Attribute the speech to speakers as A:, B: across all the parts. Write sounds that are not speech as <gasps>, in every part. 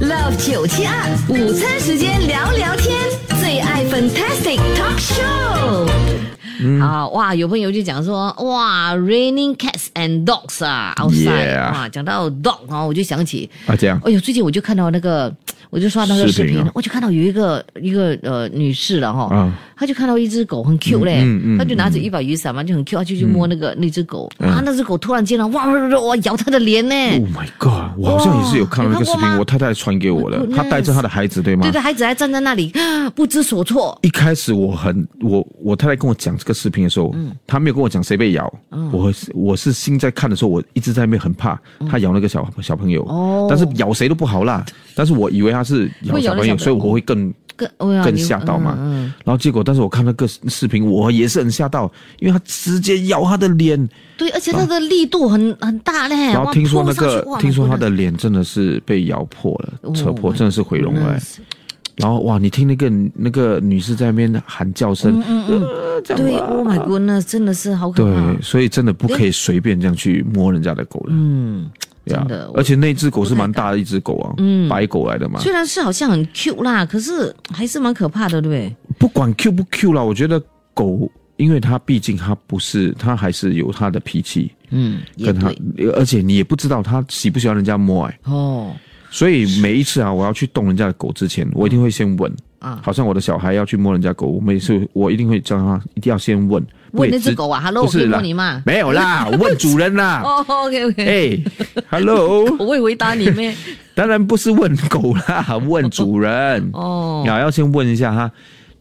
A: Love 九七二午餐时间聊聊天，最爱 Fantastic Talk Show。啊，
B: 嗯
A: 哇！有朋友就讲说，哇，raining cats and dogs 啊，outside
B: Yeah
A: 哇，讲到 dog 啊，我就想起，
B: 啊，这样
A: 哎呦，最近我就看到那个，我就刷那个视
B: 视频
A: 频，
B: 啊
A: 我就看到有一个一个呃女士了哈、
B: 啊
A: 她就看到一只狗很 Q 嘞，
B: 嗯嗯
A: 她就拿着一把雨伞嘛，就很 Q，她就去摸那个、那只狗、啊，那只狗突然间啊，哇哇哇哇咬她的脸呢。
B: ，Oh my God！我好像也是有看到那个视
A: 你看过吗
B: 频，我太太传给我的
A: Oh，my，
B: 她带着她的孩子，对吗
A: 对？对，孩子还站在那里 <gasps> 不知所措。
B: 一开始我很我我太太跟我讲这个视频的时候，
A: 嗯
B: 她没有跟我讲谁被咬，我我是心在看的时候，我一直在那边很怕她咬那个小小朋友，
A: 嗯哦
B: 但是咬谁都不好啦，但是我以为她是咬
A: 会咬
B: 小
A: 那小朋
B: 朋友，
A: 友
B: 所以我会更
A: 更哎呀
B: 更
A: 你
B: 吓到嘛
A: 嗯嗯，
B: 然后结果，但是我看那个视频，我也是很吓到，因为她直接咬她的脸，
A: 对，而且它的力度很、很大嘞。
B: 然后
A: 哎哇
B: 听说那
A: 扑上去
B: 个
A: 哇哦
B: 听说她
A: 我
B: 的脸真的是被咬破了，扯破
A: my
B: 真的是毁容了、欸
A: goodness
B: 然后哇，你听那个那个女士在那边喊叫
A: 嗯
B: 声，呃这样
A: 对
B: 哇
A: ，Oh my goodness，真的是好可怕
B: 对，。所以真的不可以随便这样去摸人家的狗了。
A: 哎嗯，
B: 对啊
A: 真的
B: 而且那只狗是蛮大的一只狗啊，
A: 嗯
B: 白狗来的嘛。
A: 虽然是好像很 Q 啦，可是还是蛮可怕的，对不对？
B: 不管 Q 不 Q 啦，我觉得狗，因为它毕竟它不是，它还是有它的脾气，
A: 嗯，也
B: 跟它
A: 对。，
B: 而且你也不知道它喜不喜欢人家摸哎、
A: 哦，
B: 所以每一次啊，我要去动人家的狗之前，我一定会先问。
A: 啊
B: 好像我的小孩要去摸人家狗，我每次我一定会叫他一定要先问，不
A: 问
B: 也
A: 那只
B: 直
A: 狗啊，Hello，
B: 不
A: 我可
B: 是
A: 以摸
B: 啦
A: 你吗
B: 没有啦，
A: <laughs>
B: 问主人啦。
A: 哦，OK OK，
B: 哎、h e l l o
A: 我会回答你
B: <laughs>
A: 咩？
B: 当然不是问狗啦，问主人。
A: 哦，
B: 啊，要先问一下哈，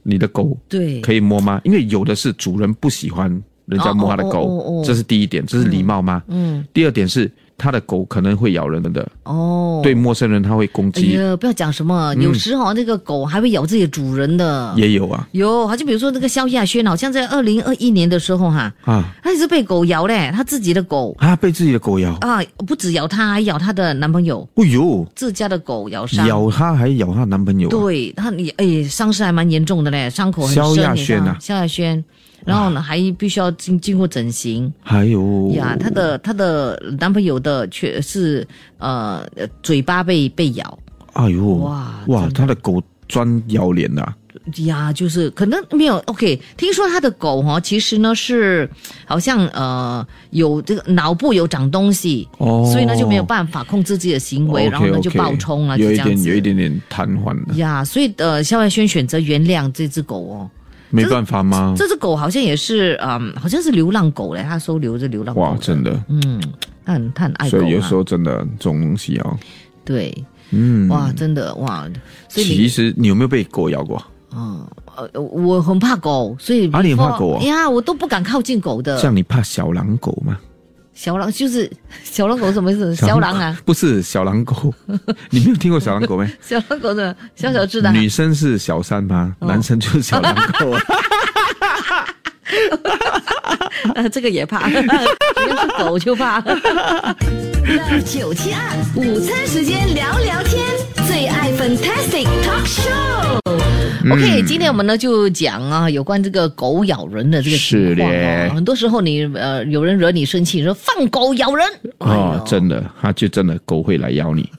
B: 你的狗
A: 对，
B: 可以摸吗？因为有的是主人不喜欢人家摸他的
A: 哦哦哦哦
B: 狗
A: 哦，
B: 这是第一点，这是礼貌吗？
A: 嗯，
B: 第二点是他的狗可能会咬人的，
A: 哦，
B: 对。陌生人他会攻
A: 哎
B: 击，
A: 呀，不要讲什么，有时候哦那个狗还会咬自己的主人的。
B: 也有啊
A: 有，好像比如说那个萧亚轩，好像在二零二一年的时候哈，
B: 啊
A: 她也是被狗咬嘞，她自己的狗
B: 啊，被自己的狗咬，
A: 啊，不止咬她，还咬她的男朋友，
B: 哎呦，
A: 自家的狗咬伤。
B: 咬她还咬她男朋友啊，
A: 对她，你哎，伤势还蛮严重的嘞，伤口很深。
B: 萧亚轩啊
A: 你知道萧亚轩，然后呢还必须要经经过整形
B: 还有
A: 呀。她的她的男朋友的却是呃呃嘴巴被被咬
B: 哎呦
A: 哇
B: 哇，
A: 真的
B: 他的狗专咬脸的啊，
A: 呀，就是可能没有 OK。听说她的狗哦，其实呢是好像呃有这个脑部有长东西，
B: 哦
A: 所以呢就没有办法控制自己的行为，然后呢
B: OK，OK，
A: 就暴冲了，
B: 哦有
A: 就
B: 一
A: 这样
B: 点
A: 子
B: 有一点点瘫痪啊了，
A: 呀。所以呃，萧亚轩选择原谅这只狗哦。
B: 没办法吗？
A: 这只狗好像也是，嗯，好像是流浪狗嘞，他收留这流浪狗。
B: 哇，真的，
A: 嗯，他很他很爱狗、啊。
B: 所以有时候真的这种东西啊，
A: 对，
B: 嗯，
A: 哇，真的哇，所以
B: 其
A: 你，
B: 实你有没有被狗咬过？
A: 嗯，呃，我很怕狗，所以
B: 啊你很怕狗啊
A: 呀，我都不敢靠近狗的。
B: 像你怕小狼狗吗？
A: 小狼就是 <laughs> 小狼狗什么意思？小狼啊， <laughs>
B: 狗， <laughs> 不是小狼狗，你没有听过小狼狗没？
A: 小狼狗的小小只的啊、哦
B: 女生是小三吗？男生就是小狼狗。啊
A: 呃， <laughs> 这个也怕，只要是狗就怕。九七二午餐时间聊聊天，最爱 Fantastic Talk Show。OK，、今
B: 嗯
A: 天我们呢就讲啊，有关这个狗咬人的这个情况、
B: 是
A: 哦
B: 的。
A: 很多时候你呃有人惹你生气，你说放狗咬人， <laughs> 哎
B: 哦
A: 呦，
B: 真的，它就真的狗会来咬你。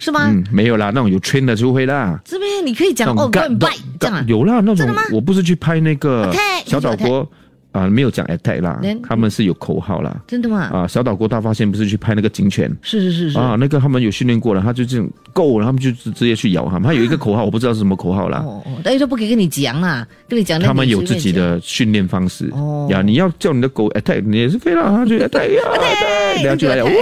A: 是吗？
B: 嗯，没有啦，那种有 train 的就会啦。
A: 这边你可以
B: 那
A: 讲
B: 种
A: 哦，
B: 干
A: 跟 bite 这样啊。
B: 有啦，那
A: 真
B: 种
A: 的吗
B: 我不是去拍那个
A: Attack，
B: 小岛国啊、没有讲 attack 啦
A: 连，
B: 他们是有口号啦
A: 真的吗？
B: 啊、小岛国大发现不是去拍那个警犬
A: 是是是是。
B: 啊，那个他们有训练过了，他就这种够了，他们就直直接去咬他们。他有一个口号，我不知道是什么口号啦。
A: 哦哦，但是都不可以跟你讲啦，跟你讲那
B: 他们
A: 你
B: 有
A: 随
B: 自
A: 便
B: 己
A: 讲
B: 的训练方式
A: 哦
B: 呀，你要叫你的狗 attack，你也是非让它去 attack 呀
A: Attack，
B: ，attack，然后就来了哇，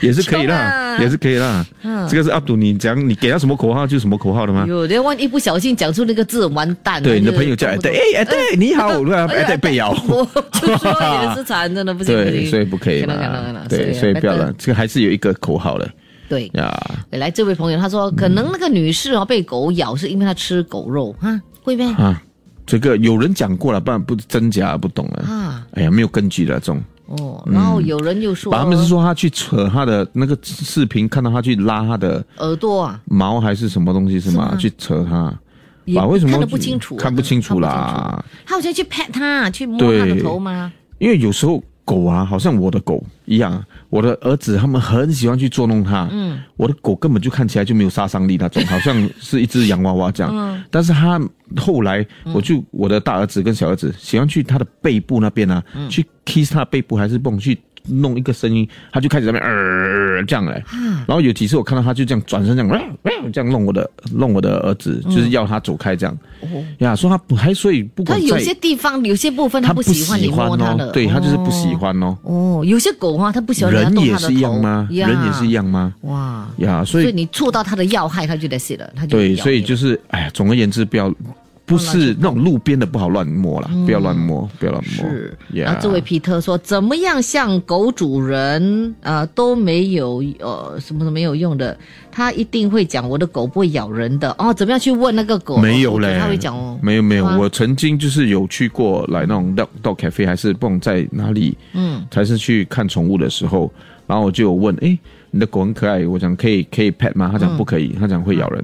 B: 也是可以
A: 冲
B: 啦
A: 啊，嗯
B: 也是可以啦。这个是 up to 你讲，你给他什么口号就是什么口号的吗？
A: 有的万一不小心讲出那个字，完蛋了。
B: 啊对，你的
A: 就
B: 朋友叫
A: 动不
B: attack，
A: 动
B: 哎 attack，你好，对吧
A: 哎呀
B: ？attack 被
A: <laughs>
B: 咬。
A: 我就说也是惨，真的不行。
B: 对，所以不可以
A: 看到看到看
B: 啦
A: 到。
B: 对，所以不要了。。这个还是有一个口号的
A: 对，
B: 呀。
A: 来这位朋友他说，可能那个女士哦被狗咬是因为她吃狗肉哈，会
B: <laughs>
A: 呗
B: 啊，这个有人讲过了，不然不真假不懂了。
A: 啊
B: 哎呀，没有根据的这种。
A: 哦，然后有人又说
B: 他们是说他去扯他的那个视频，看到他去拉他的
A: 耳朵啊，
B: 毛还是什么东西是吗？
A: 是吗
B: 去扯他，
A: 也
B: 啊，为什么
A: 看得不清楚啊，
B: 看不清楚
A: 看不清楚。
B: 啦？
A: 他好像去拍她，去摸她的
B: 对
A: 头吗？
B: 因为有时候狗啊，好像我的狗一样啊，我的儿子他们很喜欢去捉弄它。嗯，我的狗根本就看起来就没有杀伤力那种，好像是一只洋娃娃这样。嗯，但是它后来，我就我的大儿子跟小儿子喜欢去它的背部那边啊，去 kiss 它的背部，还是蹦去弄一个声音，它就开始在那边呃这样嘞。然后有几次我看到它就这样转身这样、呃呃这样弄我的弄我的儿子，就是要他走开这样。呀，说他不还所以不
A: 它
B: 管
A: 哦有
B: 在
A: 些地方有些部分它
B: 不
A: 不喜欢你摸它
B: 哦
A: 的，，
B: 对他就是不喜
A: 哦。
B: 欢哦。
A: 哦，有些狗哈，它不喜欢人
B: 人
A: 家动
B: 也
A: 它的
B: 是一样
A: 头
B: 吗？
A: 呀
B: 人也是一样吗？
A: 哇。
B: 呀、所
A: 所以
B: 以
A: 你触到它的要害，它就得死了，它就
B: 对，
A: 咬
B: 所以
A: 你
B: 就是哎呀，总而言之，不要不是那种路边的不好乱摸啦，不要乱摸，不要乱摸。
A: 嗯是，
B: 呀
A: 然后这位皮特说，怎么样像狗主人呃都没有呃什么都没有用的，他一定会讲我的狗不会咬人的哦。怎么样去问那个狗？
B: 没有嘞，
A: 他会讲哦。
B: 没有没有，
A: 吗
B: 我曾经就是有去过来那种 dog dog cafe，还是不懂在哪里，
A: 嗯，
B: 才是去看宠物的时候，然后我就有问，诶，你的狗很可爱，我讲可以可以 pet 吗？他
A: 嗯
B: 讲不可以，他讲会咬人。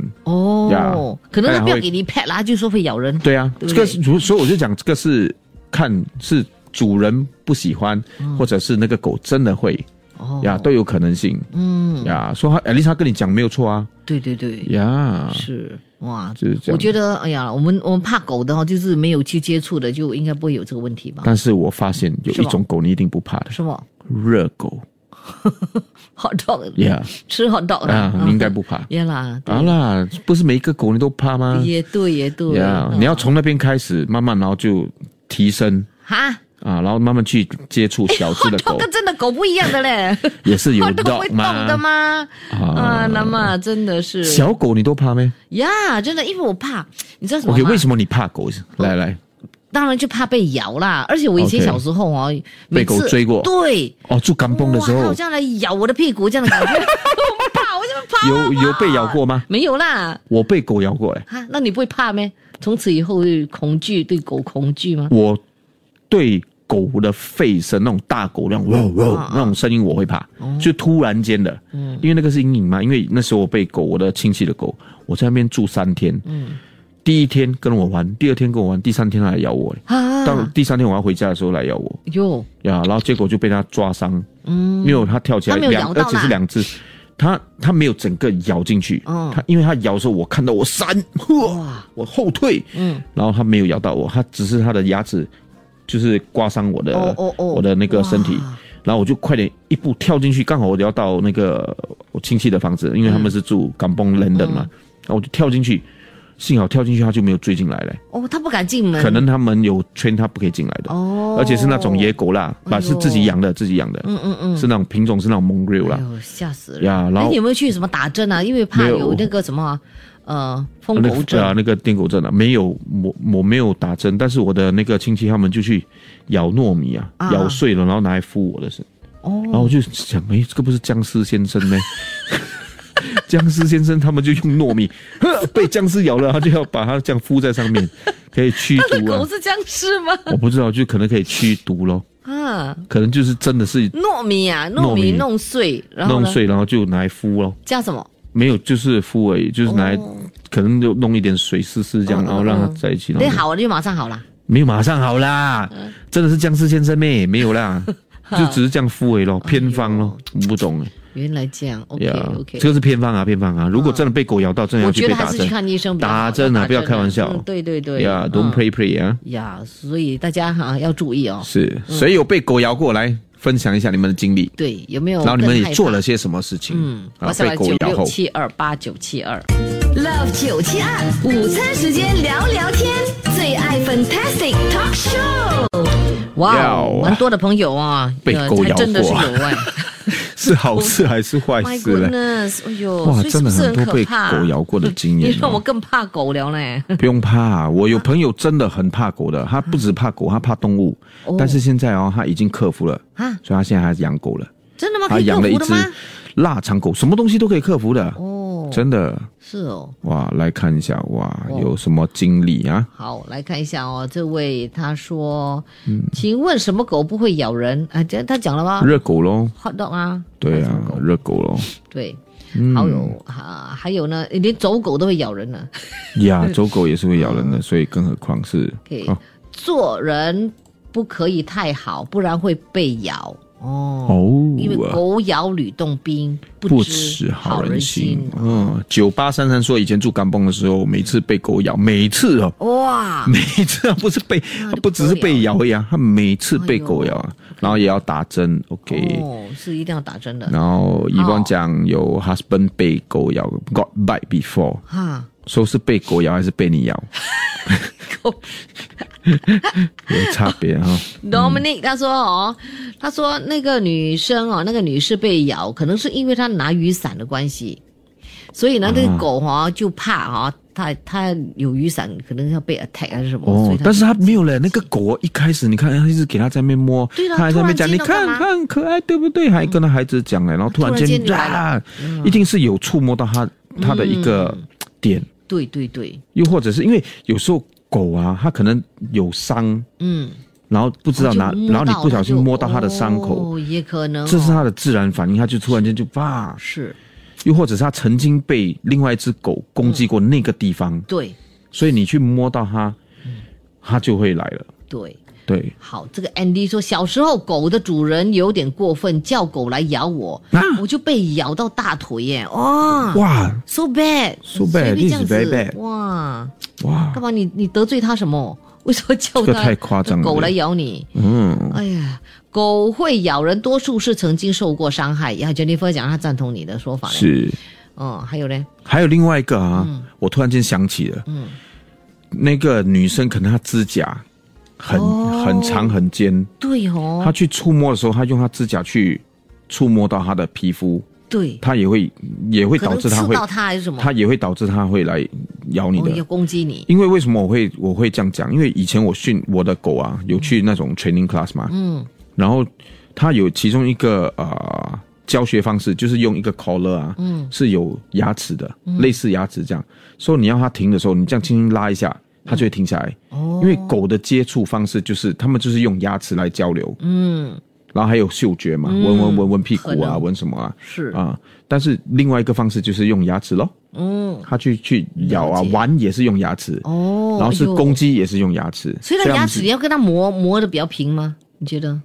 B: 呀
A: 哦，可能
B: 哎
A: 他
B: 还
A: 不要
B: 会
A: 给你 pet 啦，他就说会咬人。
B: 对啊，
A: 对
B: 这个是如所以我就讲这个是看是主人不喜欢，或者是那个狗真的会
A: 嗯哦，
B: 呀，都有可能性
A: 嗯，
B: 呀。说艾丽莎跟你讲没有错啊
A: 对对对，
B: 呀，
A: 是哇。
B: 就是这
A: 我
B: 样。
A: 觉得，哎呀，我们我们怕狗的哦，就是没有去接触的，就应该不会有这个问题吧？
B: 但是我发现有
A: 啊是哦
B: 一
A: 吗
B: 种狗你一定不怕的，
A: 是吗
B: 热狗
A: ？hot dog，
B: 呀
A: 吃 hot dog 啦
B: 啊，你应该不怕。
A: 也啦，哦对
B: 好啦，不是每一个狗你都怕吗？
A: 也对，也对。
B: 啊呀，
A: 嗯
B: 你要从那边开始，慢慢然后就提升
A: 哈，
B: 啊，然后慢慢去接触小只的
A: dog <laughs>
B: 狗，
A: 跟真的狗不一样的嘞
B: 也是 <laughs> 有
A: ，hot dog 会
B: dog
A: 动的
B: 吗？
A: 吗？啊，那么真的是
B: 小狗你都怕没？
A: 呀，真的，因为我怕，你知道什么
B: OK，
A: 吗？
B: 为什么你怕狗？来来，
A: 当然就怕被咬啦，而且我以前
B: OK
A: 小时候哦，每
B: 被
A: 次
B: 狗追过
A: 对，
B: 哦，住甘崩的时
A: 哇它
B: 候
A: 好像来咬我的屁股这 <laughs> 样的感觉，我怕，我就怕，
B: 有
A: 我怕
B: 有被咬过吗？
A: 没有啦，
B: 我被狗咬过嘞，欸
A: 哈，那你不会怕咩？从此以后会恐惧对狗恐惧吗？
B: 我对狗的吠声那种大狗
A: 哦
B: 那种哇哇那种声音我会怕，就突然间的，
A: 嗯
B: 因为那个是阴影嘛。因为那时候我被狗，我的亲戚的狗，我在那边住三天，
A: 嗯
B: 第一天跟我玩，第二天跟我玩，第三天它来咬我嘞。
A: 啊，
B: 到第三天我要回家的时候来咬我
A: 哟，
B: 呀，然后结果就被它抓伤，嗯，因为它跳起来
A: 它没有
B: 两，
A: 咬
B: 而
A: 到
B: 且是
A: 啦
B: 两只，它它没有整个咬进去，
A: 嗯
B: 它因为它咬的时候我看到我闪，哇，我后退，
A: 嗯，
B: 然后它没有咬到我，它只是它的牙齿就是刮伤我的
A: 哦哦哦
B: 我的那个身体
A: 哇，
B: 然后我就快点一步跳进去，刚好我要到那个我亲戚的房子，因为他
A: 嗯
B: 们是住港崩 London 嘛，然后我就跳进去，幸好跳进去它就没有追进来了，
A: 哦，它不敢进门，
B: 可能他们有圈它不可以进来的，
A: 哦，
B: 而且是那种野狗啦，
A: 哎
B: 啊
A: 呦
B: 是自己养的，自己养的，
A: 嗯嗯嗯，
B: 是那种品种是那种蒙 real
A: 哎
B: 啦，
A: 呦，吓死了！
B: 呀，然
A: 哎，
B: 后
A: 你有没有去什么打针啊？因为怕
B: 没有
A: 有那个什么啊，呃，疯
B: 那
A: 狗
B: 个
A: 症 <laughs>
B: 啊，那个癫狗症啊，没有我我没有打针，但是我的那个亲戚他们就去咬糯米啊，
A: 啊
B: 咬碎了然后拿来敷我的身，然后
A: 哦
B: 我就想，哎，这个不是僵尸先生呢？ <laughs> 僵尸先生他们就用糯米， <laughs> 呵被僵尸咬了，他就要把它这样敷在上面，可以
A: <laughs>
B: 驱
A: 那
B: 毒啊
A: 狗。是僵尸吗？
B: 我不知道，就可能可以驱毒咯，
A: 啊，
B: 可能就是真的是
A: 糯米啊，
B: 糯
A: 糯米
B: 米
A: 弄碎，然后
B: 弄
A: 呢，
B: 碎，然后就拿来敷咯。
A: 加什么？
B: 没有，就是敷而已，就是拿来、
A: 哦
B: 可能就弄一点水试试这
A: 嗯
B: 样，
A: 嗯
B: 然后让它在一起。
A: 对，
B: 然后
A: 好了嗯就马上好了。
B: 没有马上好啦，真的是僵尸先生咩？没有
A: <laughs>
B: 啦，就只是这样敷而已咯，
A: 哦
B: 偏方咯，我不懂哎
A: 原来这样，OK
B: 呀，这
A: OK。
B: 个是偏方啊，偏方啊！如果真的被狗咬到，真的
A: 我
B: 要去
A: 觉
B: 被
A: 得还
B: 打
A: 是去
B: 针
A: 看医生比较好
B: 打针啊不要开玩笑
A: 嗯对对对，
B: 呀
A: 嗯
B: ，Don't play play 啊！
A: 呀，所以大家哈要注意哦。
B: 是，谁有被狗咬过来分享一下你们的经历，
A: 对，有没有？
B: 然后你们也做了。些什么事情？
A: 嗯，
B: 啊
A: 我，下
B: 被
A: 来
B: 狗
A: 九
B: 咬
A: 六
B: 后。
A: 七二八九七二。
C: Love 九七二午餐时间聊聊天，最爱 Fantastic Talk Show。
A: 哇
B: 要
A: 哦，蛮多的朋友啊，
B: 被
A: 呃
B: 狗
A: 还
B: 咬
A: 真的是
B: 过啊 <laughs>
A: 有哎。
B: 是好事还是坏
A: My
B: 事呢？
A: goodness，哎呦，
B: 哇
A: 所以是不是
B: 真的很多
A: 可怕啊
B: 被狗咬过的经验哦
A: 你让我更怕狗了呢。 <laughs>
B: 不用怕，我有朋友真的很怕狗的，他不只怕狗，他怕动物。
A: 哦
B: 但是现在哦，他已经克服了，
A: 啊
B: 所以他现在还养狗了，
A: 真的吗？
B: 他
A: 可以
B: 养
A: 克
B: 了一
A: 服的
B: 只
A: 吗？
B: 腊肠狗，什么东西都可以克服的，
A: 哦，
B: 真的
A: 是哦。
B: 哇！来看一下哇，
A: 哦
B: 有什么经历啊？
A: 好，来看一下哦，这位他说，
B: 嗯
A: 请问什么狗不会咬人？啊，这他讲了吗
B: 热狗咯，
A: ？hot dog 啊，
B: 对
A: 还有什
B: 啊
A: 么狗，
B: 热
A: <laughs>
B: 狗咯，
A: 对，
B: 嗯
A: 还有啊，还有呢，连走狗都会咬人呢。啊
B: 呀，走狗也是会咬人的，所以更何况是
A: OK，
B: 哦
A: 做人不可以太好，不然会被咬哦。
B: 哦，
A: 因为狗咬吕洞宾，
B: 不
A: 知
B: 识
A: 好
B: 好人
A: 心
B: 心。。嗯，九八三三说以前住甘崩的时候，每次被狗咬，每次哦，
A: 哇，
B: 每次啊，不是被
A: 那就不得了，哎
B: 不只是被咬而已啊，他每次被狗咬啊，然后也要打针，OK。
A: 哦，是一定要打针的
B: 然后以往讲有 husband 被狗咬，got bite before，
A: 哈。
B: 说是被狗咬还是被你咬？有差
A: <laughs>
B: 别哈、嗯
A: Dominic 他说哦，他说那个女生哦，那个女士被咬，可能是因为她拿雨伞的关系，所以
B: 啊
A: 呢，那个狗哈、就怕哈、它它有雨伞，可能要被 attack 还是什么，所以
B: 哦
A: 它，
B: 但是他没有嘞。那个狗一开始，你看它一直给它在那边摸，
A: 对啦
B: 它还在那边讲，
A: 突
B: 你
A: 然间
B: 看
A: 那干嘛
B: 看可爱对不对？还跟他孩子讲嘞，然后突然
A: 突然
B: 间
A: 间就来了
B: 啦，一定是有触摸到它它的一个点，
A: 对对对，
B: 又或者是因为有时候狗啊，它可能有伤，
A: 嗯，
B: 然后不知道哪
A: 哦就，摸
B: 然后你
A: 到
B: 不小心
A: 就
B: 摸到它的伤口，
A: 哦、也可能、哦、
B: 这是它的自然反应，它就突然间就哇，
A: 是
B: 又或者是它曾经被另外一只狗攻击过那个地方，
A: 对
B: 所以你去摸到它，
A: 嗯
B: 它就会来了，
A: 对。
B: 对。
A: 好，这个 Andy 说，小时候狗的主人有点过分，叫狗来咬我，
B: 啊
A: 我就被咬到大腿耶，哦
B: 哇，
A: ，so bad，so
B: bad，
A: 这样
B: this is very
A: 子
B: bad，
A: 哇，
B: 哇
A: 干，嘛你你得罪他什么？为什么叫
B: 这个
A: 他
B: 太夸张了
A: 狗来咬你？
B: 嗯，
A: 哎呀，狗会咬人，多数是曾经受过伤害。呀，Jennifer 讲她赞同你的说法嘞。，
B: 是。
A: 嗯，还有嘞，
B: 还有另外一个啊，
A: 嗯
B: 我突然间想起了，嗯，那个女生可能她指甲很、
A: 哦
B: 很长很尖，
A: 对哦，
B: 她去触摸的时候，她用她指甲去触摸到她的皮肤，
A: 对，
B: 她也会也会
A: 可
B: 导
A: 能
B: 致
A: 刺
B: 她会
A: 到他还是什么？
B: 她也会导致她会来咬你
A: 哦
B: 的。
A: 要攻击你。
B: 因为为什么我会我会这样讲？因为以前我训我的狗啊，有去那种 training class 嘛，
A: 嗯，
B: 然后它有其中一个呃教学方式，就是用一个 collar 啊，嗯，是有牙齿的，
A: 嗯
B: 类似牙齿这样。所以你要它停的时候，你这样轻轻拉一下，它就会停下来。哦，因为狗的接触方式就是它们就是用牙齿来交流，嗯，然后还有嗅觉嘛，闻闻闻闻
A: 嗯
B: 屁
A: 可
B: 股啊，
A: 能
B: 闻什么啊，
A: 是，
B: 啊、但是另外一个方式就是用牙齿咯。
A: 嗯，
B: 它去去咬啊
A: 了解，
B: 玩也是用牙齿，
A: 哦，
B: 然后是
A: 哎呦
B: 公，鸡也是用牙齿，
A: 所以
B: 这
A: 那
B: 样
A: 牙
B: 子嗯
A: 齿你要跟它磨磨的比较平吗？你觉得？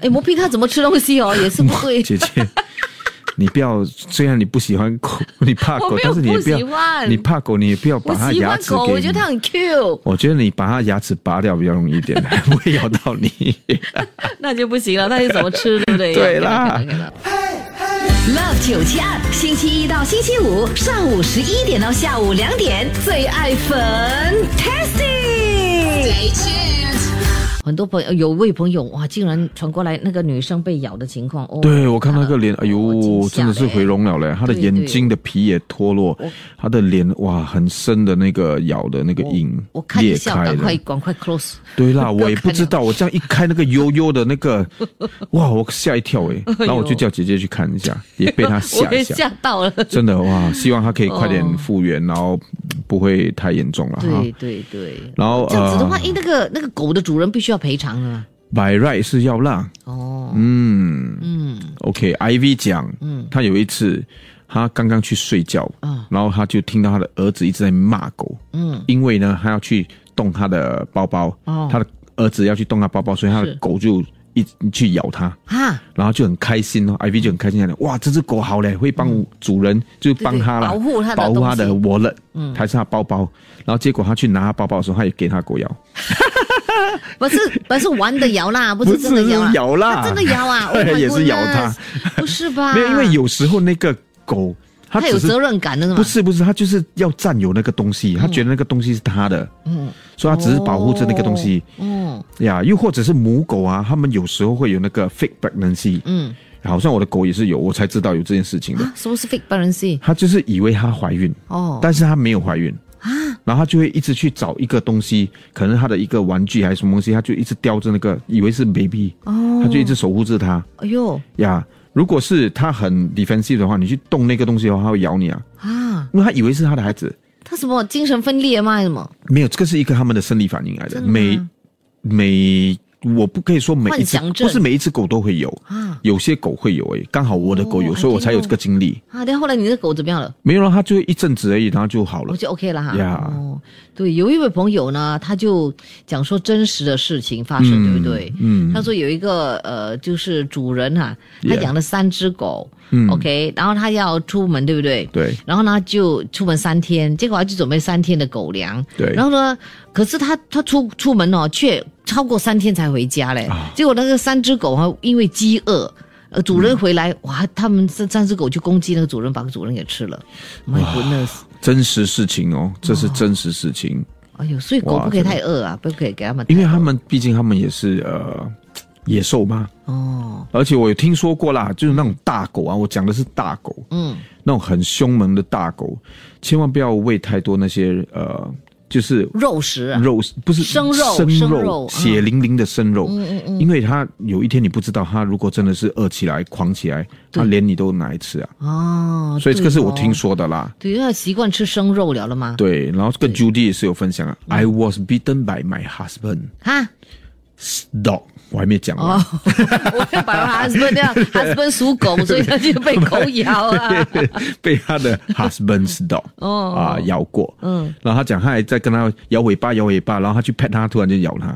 A: 哎，磨平它怎么吃东西哦？也是不对。
B: <laughs> 姐姐，你不要，虽然你不喜欢狗， <laughs> 你怕
A: 我
B: 狗
A: 没，有
B: 但是你也
A: 不
B: 不要
A: 喜欢
B: 你怕狗，你也不要把
A: 我
B: 它
A: 喜
B: 牙
A: 欢
B: 齿
A: 狗，
B: 给
A: 我觉得它很 Q，
B: 我觉得你把它牙齿拔掉比较容易一点， <laughs> 不会咬到你。
A: <laughs> 那就不行了，那就怎么吃，对不对？
B: <laughs> 对啦
A: <laughs> OK 了，OK 了
C: Love 九七二，星期一到星期五上午十一点到下午两点，最爱粉 Tasty。
A: 很多朋友有位朋友哇，竟然传过来那个女生被咬的情况哦。
B: 对，我看那个脸，哎
A: 惊
B: 呦，
A: 吓
B: 真的是回笼了嘞！他的
A: 对
B: 眼
A: 对
B: 睛的皮也脱落，他的脸哇，很深的那个咬的那个印
A: 哎我看一
B: 裂
A: 下，
B: 开
A: 赶快
B: 了。
A: 赶快 close。
B: 对啦，
A: 不要
B: 我也
A: 看
B: 不知
A: 了
B: 道，我这样一开那个悠悠的那
A: <laughs>
B: 个，哇，我吓一跳哎！然后我
A: 哎呦
B: 就叫姐姐去看一下，也被他吓
A: <laughs>
B: 啊
A: 我也
B: 一下。
A: 吓到了。
B: 真的哇，希望他可以快点复原，然后嗯不会太严重了哈
A: 对。对对，
B: 然后
A: 这样子的话，
B: 呃
A: 诶，那个那个狗的主人必须要赔偿啊。
B: ，by right 是要让，
A: 哦，
B: 嗯
A: 嗯
B: ，OK，IV 讲，
A: 嗯
B: 他有一次他刚刚去睡觉，
A: 啊
B: 然后他就听到他的儿子一直在骂狗，
A: 嗯，
B: 因为呢他要去动他的包包
A: 哦，
B: 他的儿子要去动他包包，所以他的
A: 是
B: 狗就一直去咬他。
A: 哈，
B: 然后就很开心哦，IV 就很开心讲，哇，这只狗好嘞，会帮主人，就是帮它啦，
A: 嗯对对保护它的
B: 保护它的
A: 东嗯
B: wallet，还是它包包。然后结果他去拿它包包的时候，他也给它狗咬，
A: 不是不是玩的摇
B: <laughs>
A: 啦，不是真的摇啦，
B: 是咬啦，
A: 它真的摇啊，Oh my
B: <laughs> 也是咬
A: goodness
B: 它，
A: 不是吧？
B: 没有，因为有时候那个狗它
A: 啊它有
B: 只是
A: 责任感的嘛，
B: 不是不是，它就是要占有那个东西，它觉得那个东西是它的，
A: 嗯，
B: 所以它只是保护着那个东西
A: 嗯
B: 呀。又或者是母狗啊，它们有时候会有那个 fake pregnancy， <laughs>
A: 嗯
B: 好像我的狗也是有，我才知道有这件事情的。
A: 啊，什么是 fake balance？
B: 它就是以为它怀孕，
A: 哦，
B: 但是她没有怀孕啊，然后她就会一直去找一个东西，可能她的一个玩具还是什么东西，她就一直叼着那个，以为是 baby，
A: 哦
B: 她就一直守护着它
A: 哎呦
B: 呀。如果是她很 defensive 的话，你去动那个东西的话，它会咬你啊，
A: 啊，
B: 因为她以为是她的孩子。
A: 他什么精神分裂吗？还是什么？
B: 没有，这个是一个他们的生理反应来的，
A: 真的吗
B: 每每我不可以说每一
A: 幻
B: 次
A: 想，症
B: 不是每一只狗都会有，
A: 啊
B: 有些狗会有诶。刚好我的狗有，
A: 哦
B: 所以我才有这个经历。
A: 啊，但后来你的狗怎么样了？
B: 没有了，它就一阵子而已，然后就好了
A: 我。就 OK 了哈。
B: 呀
A: 哦，对，有一位朋友呢，他就讲说真实的事情发生，对不对？
B: 嗯
A: 他说有一个呃，就是主人哈、他
B: Yeah
A: 养了三只狗、
B: 嗯
A: o k 然后他要出门，对不对？
B: 对
A: 然后呢，就出门三天，结果他就准备三天的狗粮。
B: 对
A: 然后呢，可是他他出出门哦，却超过三天才回家嘞。
B: 啊
A: 结果那个三只狗啊，因为饥饿，呃，主人回来、哇，他们这三只狗就攻击那个主人，把主人给吃了。My goodness！
B: 真实事情哦，这是真实事情，
A: 哎呦，所以狗
B: 哇
A: 不可以
B: 真的
A: 太饿啊，不可以给它们太。
B: 因为他们毕竟他们也是呃野兽嘛，
A: 哦，
B: 而且我有听说过啦，就是那种大狗啊，我讲的是大狗，
A: 嗯，
B: 那种很凶猛的大狗，千万不要喂太多那些呃，就是
A: 肉食啊，
B: 肉不是
A: 生肉
B: 生
A: 生
B: 肉
A: 肉
B: 血淋淋的生肉，
A: 嗯嗯嗯，
B: 因为它有一天你不知道，它如果真的是饿起来、狂起来，它连你都拿来吃啊。
A: 哦，
B: 所以这个
A: 对
B: 是我
A: 哦
B: 听。说的啦。
A: 对，因为习惯吃生肉了了嘛。
B: 对，然后这个 Judy 也是有分享啊，I was beaten by my husband
A: 哈，
B: dog，我还没讲完。
A: 哦， <laughs> 我要把我 husband 那样 husband 属狗，所以他就被狗咬啊。
B: 被他的 husband's dog
A: 哦
B: 啊咬过，
A: 嗯，
B: 然后他讲他还在跟他摇尾巴摇尾巴，然后他去 pet 他，突然就咬他，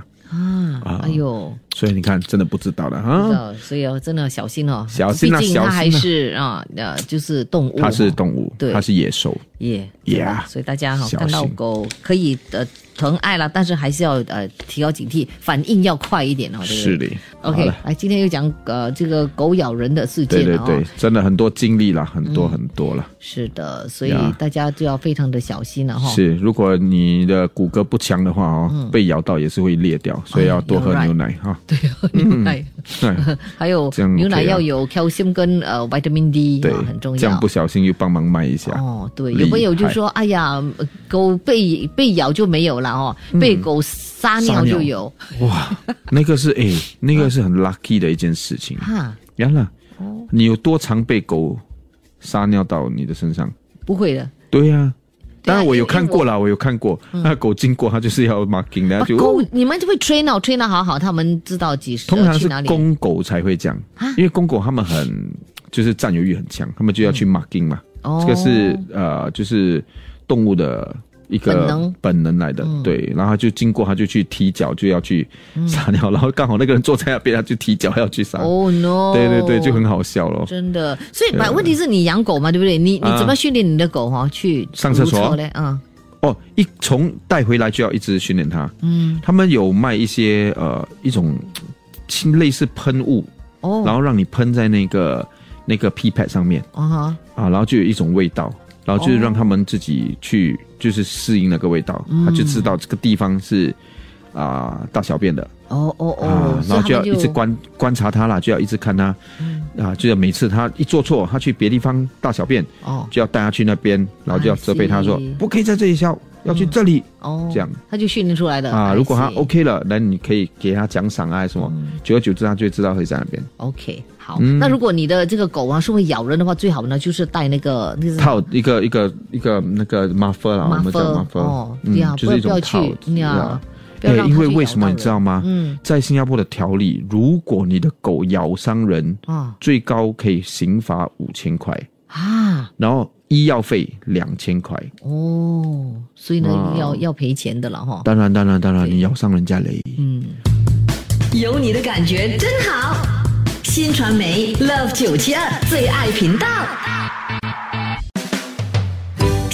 A: 啊，哎呦，
B: 所以你看真的不知道了
A: 不知
B: 啊，
A: 道所以要真的要小心哦，
B: 小心啊
A: 毕竟它
B: 小心啊
A: 还是啊，呃，就是动物哦，
B: 它是动物
A: 对，
B: 它是野兽，
A: 耶
B: Yeah，
A: 所以大家哈
B: 小心
A: 看到狗可以呃疼爱了，但是还是要呃提高警惕，反应要快一点哦，对不对
B: 是的。好
A: OK，
B: 了
A: 来，今天又讲呃这个狗咬人的事件
B: 对
A: 了
B: 对
A: 哦。嗯
B: 对，真的很多经历啦，很多很多啦。
A: 是的，所以
B: 呀
A: 大家就要非常的小心了哈、哦。
B: 是，如果你的骨骼不强的话哦，被咬到也是会裂掉，所以要多喝
A: 哎，you're right
B: 牛奶哈。 <laughs>
A: 对，牛奶，
B: 对
A: <laughs> 还有
B: 嗯这样 OK 啊
A: 牛奶要有 calcium 跟呃 vitamin D，
B: 对
A: 啊很重要。
B: 这样不小心又帮忙卖一下。
A: 哦，对，
B: 厉害
A: 有朋友就说，哎呀，呃狗被被咬就没有了哦，
B: 嗯
A: 被狗撒尿就有
B: 哇，那个是哎，那个是
A: 嗯
B: 很 lucky 的一件事情。
A: 哈，
B: 原来，
A: 哦
B: 你有多常被狗撒尿到你的身上？
A: 不会的，
B: 对呀、当然
A: 啊因为嗯
B: 我有看过啦，我有看过，那狗经过它就是要 marking 的，
A: 啊
B: 它就
A: 狗
B: 哦
A: 你们就会 train 哦，train 得好好，他们知道几时
B: 通常
A: 去
B: 是
A: 哪里。
B: 公狗才会这样
A: 啊，
B: 因为公狗它们很就是占有欲很强，它们就要去 marking 嘛，
A: 哦
B: 这个是呃就是动物的。一
A: 本
B: 个
A: 能嗯
B: 本能来的，对，然后它就经过，它就去踢脚，就要去撒尿，然后刚好那个人坐在那边，它就踢脚要去撒，
A: 哦 no，
B: 啊对对对，就很好笑咯。
A: 真的，所以把问题是你养狗嘛，对不对？你你
B: 啊
A: 怎么训练你的狗哈、去
B: 上厕所
A: 如厕嘞？啊、
B: 哦，一从带回来就要一直训练它。
A: 嗯，
B: 他们有卖一些呃一种清类似喷雾，
A: 哦，
B: 然后让你喷在那个那个 P pad 上面
A: 啊哈，
B: 啊，然后就有一种味道，然后就是让他们自己去就是适应那个味道，
A: 哦
B: 他就知道这个地方是。啊、大小便的
A: 哦哦哦，
B: 啊，
A: 所以
B: 然后就
A: 他
B: 要
A: 们嗯
B: 一直观观察它啦，就要一直看它，啊，就要每次它一做错，它去别地方大小便，
A: 哦
B: 就要带它去那边，然后就要责备它说
A: I see
B: 不可以在这里笑，要去这里，
A: 哦，
B: 这样
A: 他就训练出来的
B: 啊，
A: I
B: 如果他
A: see
B: OK 了，那你可以给他奖赏啊，还是什么？
A: 嗯
B: 久而久之，他就会知道会在那边
A: OK 好，
B: 嗯
A: 那如果你的这个狗啊是会咬人的话，最好呢就是戴那个那个
B: 套一个一个一个那个 muffer 啦，我们叫 muffer，
A: 哦，
B: 嗯
A: 对呀，，
B: 就是一
A: 不要
B: 种
A: 不
B: 套
A: 要去
B: 子
A: 呀
B: 啊。，
A: 不要让它
B: 因为
A: 去咬
B: 为什么
A: 到
B: 你知道
A: 人？
B: 吗？
A: 嗯
B: 在新加坡的条例，如果你的狗咬伤人，
A: 啊
B: 最高可以刑罚五千块，
A: 啊
B: 然后医药费两千块。
A: 哦，所以呢
B: 哇
A: 要要赔钱的了哈。
B: 当然，当然，当然，
A: 对
B: 你咬伤人家嘞。
C: 有你的感觉真好。新传媒 Love 九七二最爱频道，